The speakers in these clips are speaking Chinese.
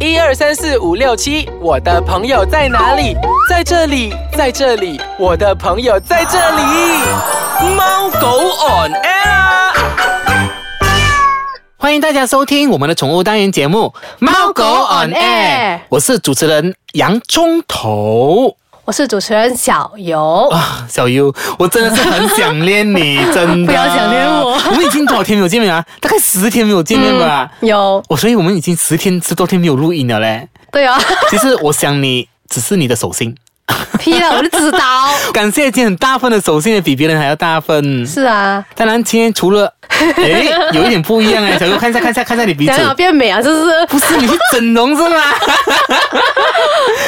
一二三四五六七，我的朋友在哪里？在这里，在这里，我的朋友在这里。猫狗 on air 啊。欢迎大家收听我们的宠物单元节目《猫狗 on air》，我是主持人洋葱头我是主持人小游。啊，小优，我真的是很想念 你，真的不要想念我我们已经多少天没有见面啊？大概十天没有见面吧。有，我、所以我们已经十天十多天没有录音了嘞。对啊， 其实我想你，只是你的手心。批了我就 知道。感谢今天很大份的手心，也比别人还要大份。是啊，当然，今天除 了，诶，有一点不一样哎，小优看一下看一下看一下你鼻子想，要变美啊，是不不是？是你去整容是吗？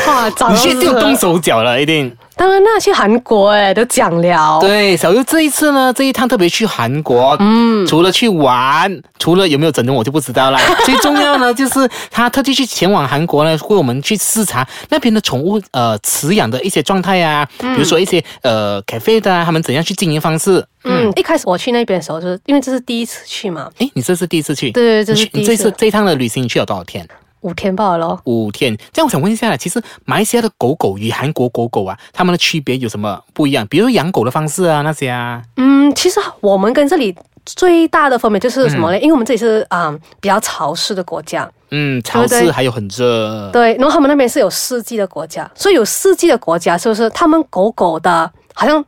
哇，长你得去是定动手脚了，一定。当然啦，去韩国哎、都讲了。对，小优这一次呢，这一趟特别去韩国，嗯，除了去玩，除了有没有整容我就不知 道啦。最重要呢，就是他特地去前往韩国呢，为我们去视察那边的宠物呃饲养的一些状态啊，比如说一些呃 cafe 的啊，他们怎样去经营方式。嗯，一开始我去那边的时候，就是因为这是第一次去嘛，诶，你这是第一次去？对对这你是去你第这一次次这一趟的旅行你去了多少天？五天罢了咯。五天。这样我想问一下啦，其实马来西亚的狗狗与韩国狗狗啊，它们的区别有什么不一样？比如说养狗的方式啊那些啊。嗯，其实我们跟这里最大的分别就是什么呢？因为我们这里是啊、嗯比较潮湿的国家，嗯，潮对湿还有很热。对，然后他们那边是有四季的国家，所以有四季的国家，是不是他们狗狗的，好像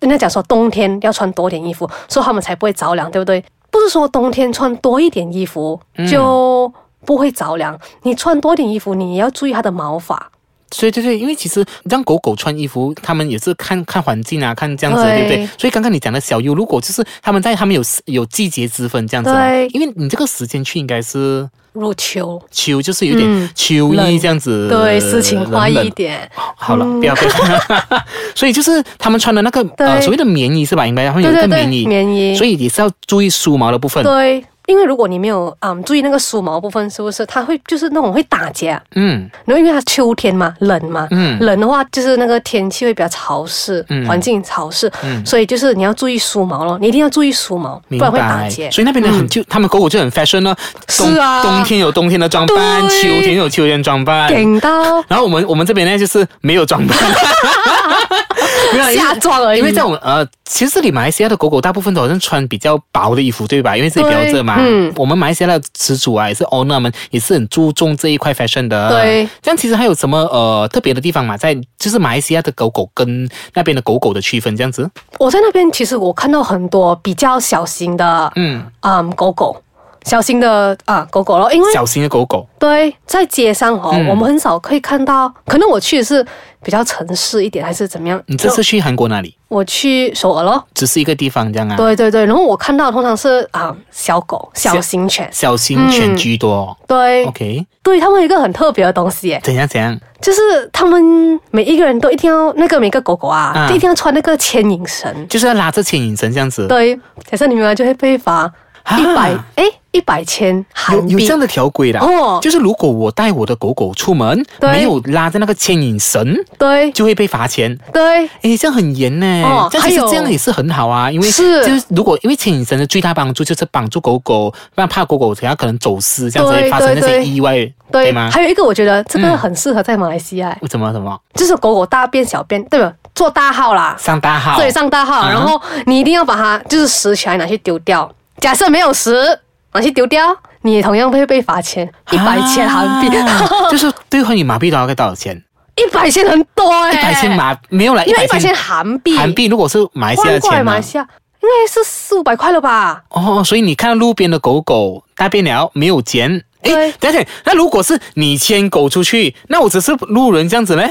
人家讲说冬天要穿多点衣服，所以他们才不会着凉，对不对？不是说冬天穿多一点衣服就不会着凉，你穿多点衣服，你也要注意它的毛发。所以对对，因为其实让狗狗穿衣服，它们也是看看环境啊，看这样子，对对不对？所以刚刚你讲的小优，如果就是他们在他们有有季节之分这样子嘛，对因为你这个时间去应该是入秋，秋，就是有点嗯秋意冷这样子，对，诗情画意冷呃一冷点，好了，不要不 要。 所以就是他们穿的那个呃对所谓的棉衣是吧？应该他们有一对个对对棉衣，棉衣所以也是要注意梳毛的部分。对。因为如果你没有嗯注意那个梳毛部分，是不是它会就是那种会打结、啊嗯然后因为它秋天嘛，冷嘛，嗯冷的话就是那个天气会比较潮湿，嗯环境潮湿，所以就是你要注意梳毛咯，你一定要注意梳毛，不明然会打白，结。所以那边的很就、他们狗狗就很 fashion 哦，冬是啊冬天有冬天的装扮，秋对天有秋天装扮，顶到然后我们我们这边呢，就是没有 装扮， 哎没有啦因为下妆而已，因为在我们呃，其实这里马来西亚的狗狗大部分都好像穿比较薄的衣服，对吧？因为这里比较热嘛。对嗯我们马来西亚的始祖啊，也是 owner 们也是很注重这一块 fashion 的。对。这样其实还有什么呃特别的地方嘛？在就是马来西亚的狗狗跟那边的狗狗的区分这样子。我在那边其实我看到很多比较小型的，嗯，嗯，狗狗，小型的啊狗狗咯，因为小型的狗狗，对在街上哦，嗯我们很少可以看到，可能我去的是比较城市一点，还是怎么样？你这次去韩国哪里？我去首尔咯，只是一个地方这样啊？。对对对，然后我看到通常是啊、小狗、小小型犬，小型嗯犬居多。哦对 OK，对，他们有一个很特别的东西耶，怎样怎样？就是他们每一个人都一定要那个每个狗狗啊，啊都一定要穿那个牵引绳。就是要拉着牵引绳这样子。对，假设你们就会被罚啊一百哎一百千韩有有这币样。的条规啦，哦就是如果我带我的狗狗出门，对没有拉着那个牵引绳，对就会被罚钱。对诶，这样很严呢、哦但其实还有这样也是很好啊，因为是就是如果因为牵引绳的最大帮助就是帮助狗狗，让怕狗狗等下可能走失这样子对会发生那对些对意外，对，吗？嗯还有一个我觉得这个很适合在马来西亚，为什么什么就是狗狗大便小便，对吧？做大号啦，上大号？对，上大号，嗯然后你一定要把它就是拾起来拿去丢掉。假设没有拾，拿去丢掉，你也同样会被罚钱一百千韩币，啊 就是兑换你马币的话该多少钱？一百千很多 哎、一百千马没有啦，因为一百千韩币，韩币，如果是马来西亚换的过来钱啊马呢来？西亚应该是四五百块了吧？哦，所以你看路边的狗狗大便了没有捡？对诶，等一下，那如果是你牵狗出去，那我只是路人这样子呢？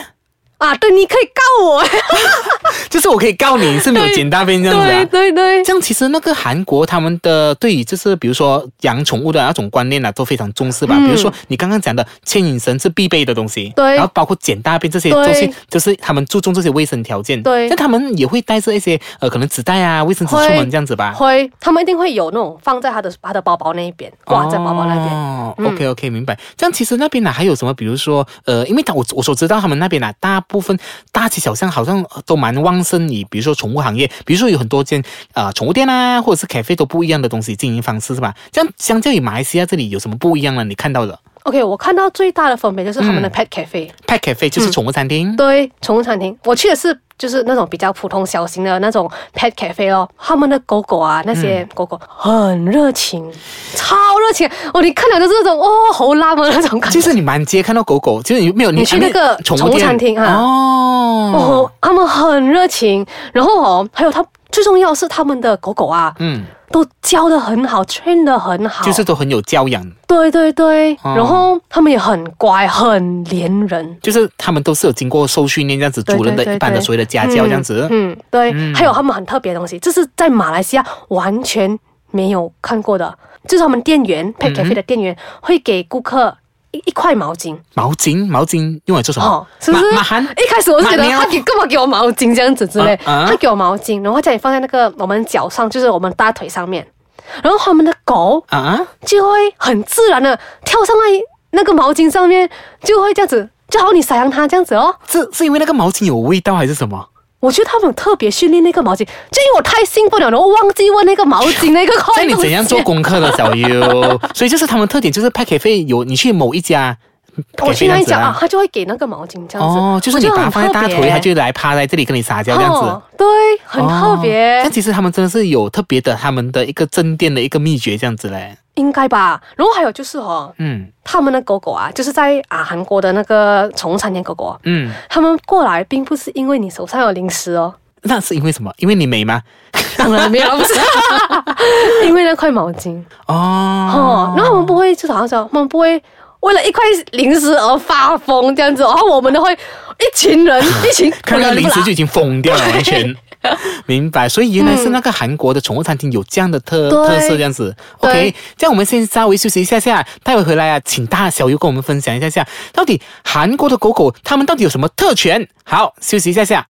啊，对，你可以 告我，就是我可以告你是没有捡大便这样子、对啊。对对，这样其实那个韩国他们的对于就是比如说养宠物的那种观念啊，都非常重视吧。嗯比如说你刚刚讲的牵引绳是必备的东西，对然后包括捡大便这些对东西，就是他们注重这些卫生条件。对但他们也会带着一些呃可能纸袋啊、卫生纸会出门这样子吧。会，他们一定会有那种放在他的他的包包那一边，挂在包包那边。嗯哦、OK OK，明白。这样其实那边呢、还有什么？比如说呃，因为他我我所知道他们那边呢、大部分大街小巷好像呃都蛮旺盛以，比如说宠物行业，比如说有很多间啊宠物店啊，或者是 cafe 都不一样的东西经营方式是吧？这样相较于马来西亚这里有什么不一样呢？你看到的？ OK，我看到最大的分别就是他嗯们的 pet cafe，、 Pet Cafe 就是宠物餐厅。对，宠物餐厅，我去的是就是那种比较普通小型的那种 pet cafe 哦，他们的狗狗啊，那嗯些狗狗、很热情，超热情哦，你看了就是那种哦好辣的那种感觉，就是你满街看到狗狗，就是你没有你去那个宠宠物店餐厅啊哦，哦，他们很热情，然后哦，还有他最重要的是他们的狗狗啊，嗯，都教的很好，train 的很好，就是都很有教养，对对对，哦然后他们也很乖，很粘人。就是他们都是有经过受训练这样子，对主人的对对一般的对所谓的家教这样子。嗯，对，嗯还有他们很特别的东西，这是在马来西亚完全没有看过的，就是他们店员嗯 pet cafe 的店员会给顾客一一块毛巾，毛巾，毛巾用来做什么？哦，是不是？马马汗一开始我是觉得马尿他给干嘛给我毛巾这样子之类，啊啊他给我毛巾，然后叫你放在那个我们脚上，就是我们大腿上面，然后他们的狗啊，就会很自然的跳上来那个毛巾上面，就会这样子，就好像你撒羊它这样子哦。这是因为那个毛巾有味道还是什么？我觉得他们有特别训练那个毛巾，就因为我太兴奋了，然后忘记问那个毛巾那个所快以你乐。怎样做功课的小 优？所以就是他们特点就是派 K 费有你去某一家，我去那里讲啊，啊。他就会给那个毛巾这样子。哦，就是你我觉把得它放很在大特别腿，它就来趴在这里跟你撒娇这样子。哦，对，很特哦别。但其实他们真的是有特别的，他们的一个镇店的一个秘诀这样子嘞。应该吧。然后还有就是哦，嗯他们的狗狗啊，就是在啊韩国的那个宠物餐厅狗狗啊，嗯，他们过来并不是因为你手上有零食哦，那是因为什么？因为你美吗？当然没有，不是，因为那块毛巾哦哦，。然后我们不会就是好像说，我们不会。为了一块零食而发疯这样子，然后我们都会一群人一群看到零食就已经疯掉了，对完全。明白，所以原来是那个韩国的宠物餐厅有这样的特、对特色，这样子。对 OK，这样我们先稍微休息一下下，待会回来啊，请大小优跟我们分享一下下，到底韩国的狗狗它们到底有什么特权？好，休息一下下，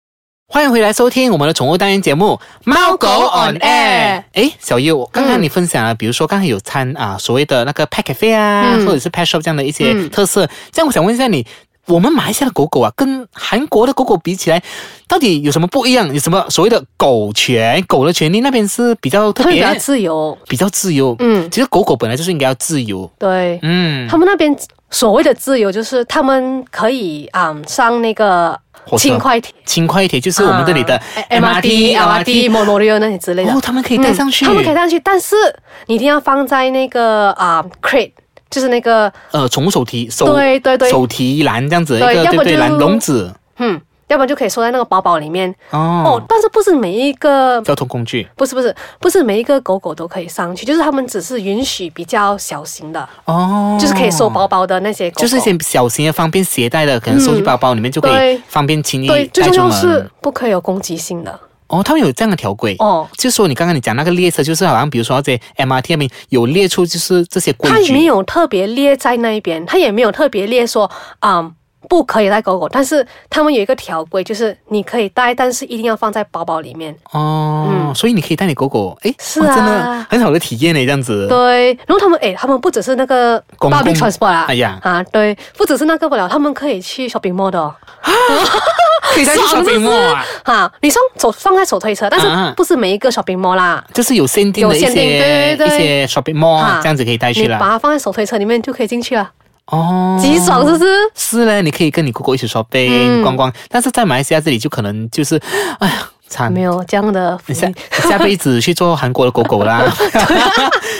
欢迎回来收听我们的宠物单元节目《猫狗 on air》。诶，哎小优，刚刚你分享了，比如说刚才有参啊所谓的那个 pet cafe 啊，嗯或者是 pet shop 这样的一些嗯特色，这样我想问一下你。我们马来西亚的狗狗啊，跟韩国的狗狗比起来，到底有什么不一样？有什么所谓的狗权、狗的权利？那边是比较特会比别，较自由。比较自由。嗯，其实狗狗本来就是应该要自由。对，嗯，他们那边所谓的自由就是他们可以啊、上那个火车轻快铁，轻快一点，就是我们这里的啊 MRT、LRT、m o r o 那些之类的。哦哦，他们可以带上去，嗯他们可以带上去，但是你一定要放在那个啊、crate，就是那个呃，宠物手提手对对对手提篮这样子一对个要对不对就篮笼子嗯，要不然就可以收在那个包包里面。哦哦，，但是不是每一个。交通工具不是不是不是每一个狗狗都可以上去，就是他们只是允许比较小型的，哦，就是可以收包。包的那些狗狗。就是一些小型的方便携带的，可能收进包包里面就可以对方便轻易对，最带重出要是门。不可以有攻击性的哦，他们有这样的条规哦。就说你刚刚你讲那个列车，就是好像比如说在 MRT 那边有列出就是这些规它也没矩，有特别列在那一边，它也没有特别列说啊、嗯不可以带狗狗，但是他们有一个条规，就是你可以带，但是一定要放在包包里面。哦，所以你可以带你狗狗，诶，嗯是哇啊真的很好的体验呢，这样子。对，然后他们诶，他们不只是那个公共 public transport 啊，哎呀啊，对，不只是那个不了，他们可以去 shopping mall 的哦、可以带去爽是不 shopping 是 mall 啊，啊，你上手放在手推车，但啊是不是每一个 shopping mall 啦。就是有限定的一有限定些对对对一些 shopping mall 啊啊这样子可以带去你把了。它放在手推车里面就可以进去了，哦，极爽是不嗯是？是嘞，你可以跟你狗狗一起 shopping、逛逛，但是在马来西亚这里就可能就是，哎呀，惨没。有这样的福你下利， 下辈子去做韩国的狗狗 啦！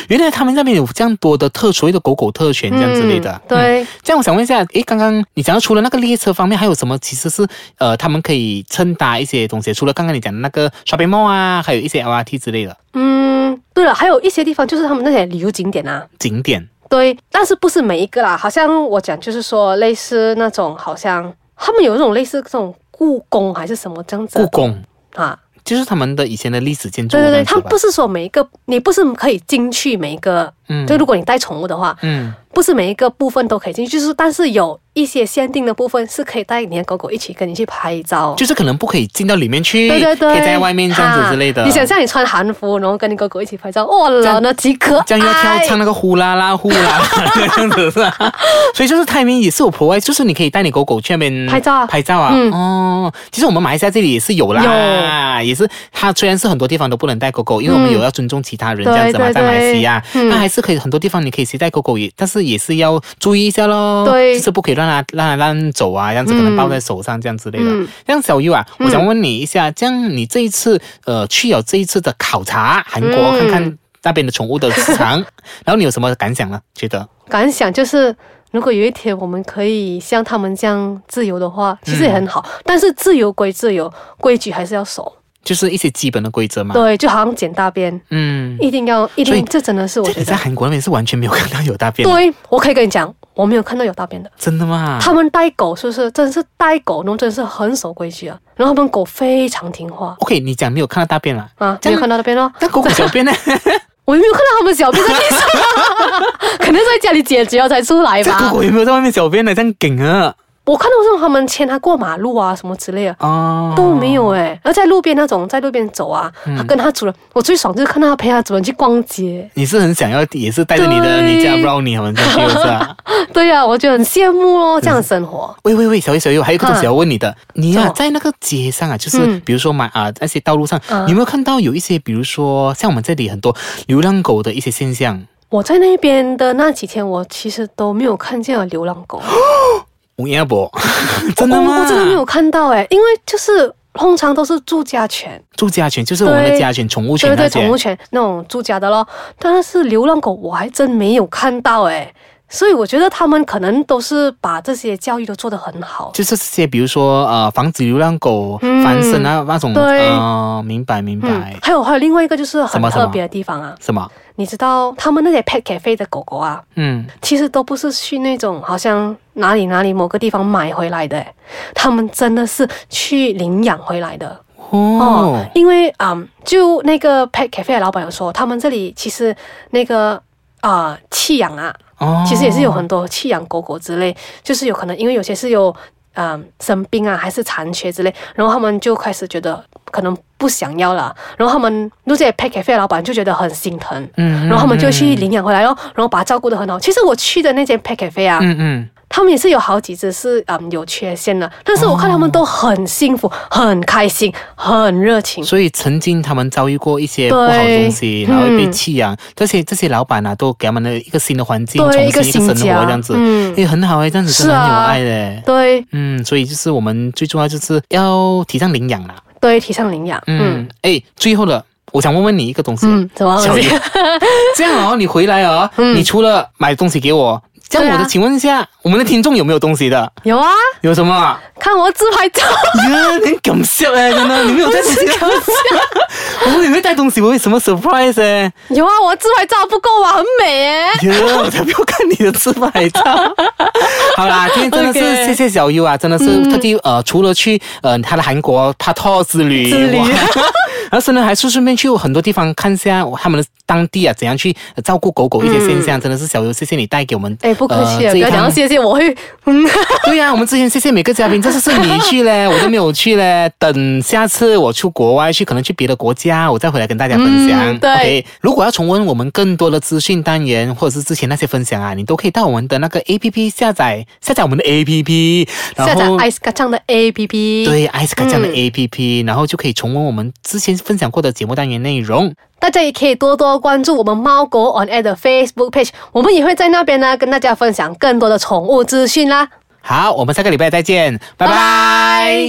原来他们那边有这样多的特所谓的狗狗特权这样之类的。嗯对嗯这样我想问一下，诶，刚刚你讲到除了那个列车方面，还有什么其实是呃他们可以乘搭一些东西？除了刚刚你讲的那个 shopping mall 啊，还有一些 LRT 之类的嗯，对了，还有一些地方就是他们那些旅游景点啊，景点。对，但是不是每一个啦？好像我讲就是说，类似那种好像他们有那种类似这种故宫还是什么这样子故宫啊？就是他们的以前的历史建筑对这对样子吧。对，他们不是说每一个你不是可以进去每一个，嗯就如果你带宠物的话，嗯。不是每一个部分都可以进去，就是但是有一些限定的部分是可以带你的狗狗一起跟你去拍照。就是可能不可以进到里面去，对对对，可以在外面这样子之类的。啊你想象你穿韩服，然后跟你狗狗一起拍照，哇，样老了几可爱。这样又要哎跳唱那个呼啦啦呼啦 啦这样子是吧？所以就是泰民也是有 provide，就是你可以带你狗狗去那边拍照啊拍照啊。嗯哦，其实我们马来西亚这里也是有啦，也是它虽然是很多地方都不能带狗狗，因为我们有要尊重其他人对这样子嘛，对在马来西亚，对嗯那还是可以很多地方你可以携带狗狗也，但是也是要注意一下咯，对就是不可以让它让它乱走啊，这样子可能抱在手上这样之类的嗯。这样小优啊，我想问你一下，这样你这一次呃去了这一次的考察韩国，嗯看看那边的宠物的市场，然后你有什么感想呢？觉得感想就是，如果有一天我们可以像他们这样自由的嗯话，其实也很好。但是自由归自由，规矩还是要守。就是一些基本的规则嘛。对，就好像捡大便，嗯，一定要一啊所以定，这真的是我这觉你在得。韩国那边是完全没有看到有大便的，对，我可以跟你讲，我没有看到有大便的。真的吗？他们带狗是不是真的是带狗，那真的是很守规矩啊。然后他们狗非常听话 OK，你讲没有看到大便啦，啊，这没样有看到大便哦，那狗狗小 便呢？我也没有看到他们小便在地上， 可能在家里解决了才出来这狗吧。狗有没有在外面小便呢？这样梗啊！我看到这种他们牵它过马路啊什么之类的，哦，嗯都没有哎、然后在路边那种，在路边走啊，他跟他主人，我最爽就是看到他陪他主人去逛街。你是很想要，也是带着你的对你家 brownie 他们这样去是 吧？对呀、我就很羡慕哦，这样的生活。喂喂喂，小月小月，我还有一个东西嗯要问你的，你什啊，么在那个街上啊，就是嗯比如说买啊、那些道路上，嗯你有没有看到有一些，比如说像我们这里很多流浪狗的一些现象？我在那边的那几天，我其实都没有看见有流浪狗，吴彦 博，真的吗？哦我我真的没有看到哎、因为就是通常都是住家犬，住家犬，就是我们的对家犬、宠物对犬那对，些。宠物犬那种住家的咯。但是流浪狗我还真没有看到哎、所以我觉得他们可能都是把这些教育都做得很好。就是这些，比如说呃，防止流浪狗嗯翻身啊，那种，对呃，明白明嗯白，，还有还有另外一个就是什很么什么特别的地方啊，什么？你知道他们那些 pet cafe 的狗狗啊，嗯，其实都不是去那种好像哪里哪里某个地方买回来的，欸他们真的是去领养回来的哦，因为啊、嗯就那个 pet cafe 的老板有说，他们这里其实那个啊、弃养啊，哦其实也是有很多弃养狗狗之类，就是有可能因为有些是有嗯、生病啊，还是残缺之类，然后他们就开始觉得可能不想要了，然后他们那些 pet cafe 的老板就觉得很心疼，嗯，嗯然后他们就去，领养回来咯，然后把它照顾得很好。其实我去的那间 pet cafe 啊，嗯嗯，他们也是有好几只是嗯有缺陷的，但是我看他们都很幸福、很开心、很热情。嗯所以曾经他们遭遇过一些不对好的东西，然后嗯被弃养，这些这些老板啊，都给他们了一个新的环境，重对新一个一个生活新家这样子，嗯也很好哎，这样子真的是很啊有爱嘞。对嗯，所以就是我们最重要就是要提倡领养啦。对，提倡领养。嗯嗯，哎、最后了，我想问问你一个东西，嗯，怎么小东雨西？， 这样哦，你回来哦， 你除了买东西给我，这样我的，对啊请问一下，我们的听众有没有东西的？ 有啊，有什么 啊？看我自拍照。呀，你很搞笑哎， 真的，你没有带东西。 我问你会带东西，我为什么 surprise 哎？ 有啊，我自拍照不够啊，很美耶。 哟，我才不要看你的自拍 照。好啦，今天真的是 OK 谢谢小优啊，真的是特地呃，除了去呃他的韩国 p a t o 之旅，之旅 哇然后甚至还是顺便去很多地方看一下他们的当地啊，怎样去呃照顾狗狗一些现象，真的是小优，谢谢你带给我们。嗯哎，不客气，呃不这一要趟讲到谢谢，我会嗯，对啊呀、我们之前谢谢每个嘉宾，这次是你去嘞，我都没有去嘞。等下次我出国外去，可能去别的国家，我再回来跟大家分享。嗯对 OK，如果要重温我们更多的资讯单元，或者是之前那些分享啊，你都可以到我们的那个 APP 下载，下载我们的 APP，然下后载嗯 Ice 嘎唱的 A P P。，对 Ice 卡这样的 APP，、然后就可以重温我们之前分享过的节目单元内容。大家也可以多多关注我们猫狗 on air 的 Facebook page，我们也会在那边呢跟大家分享更多的宠物资讯啦。好，我们下个礼拜再见，拜拜。拜拜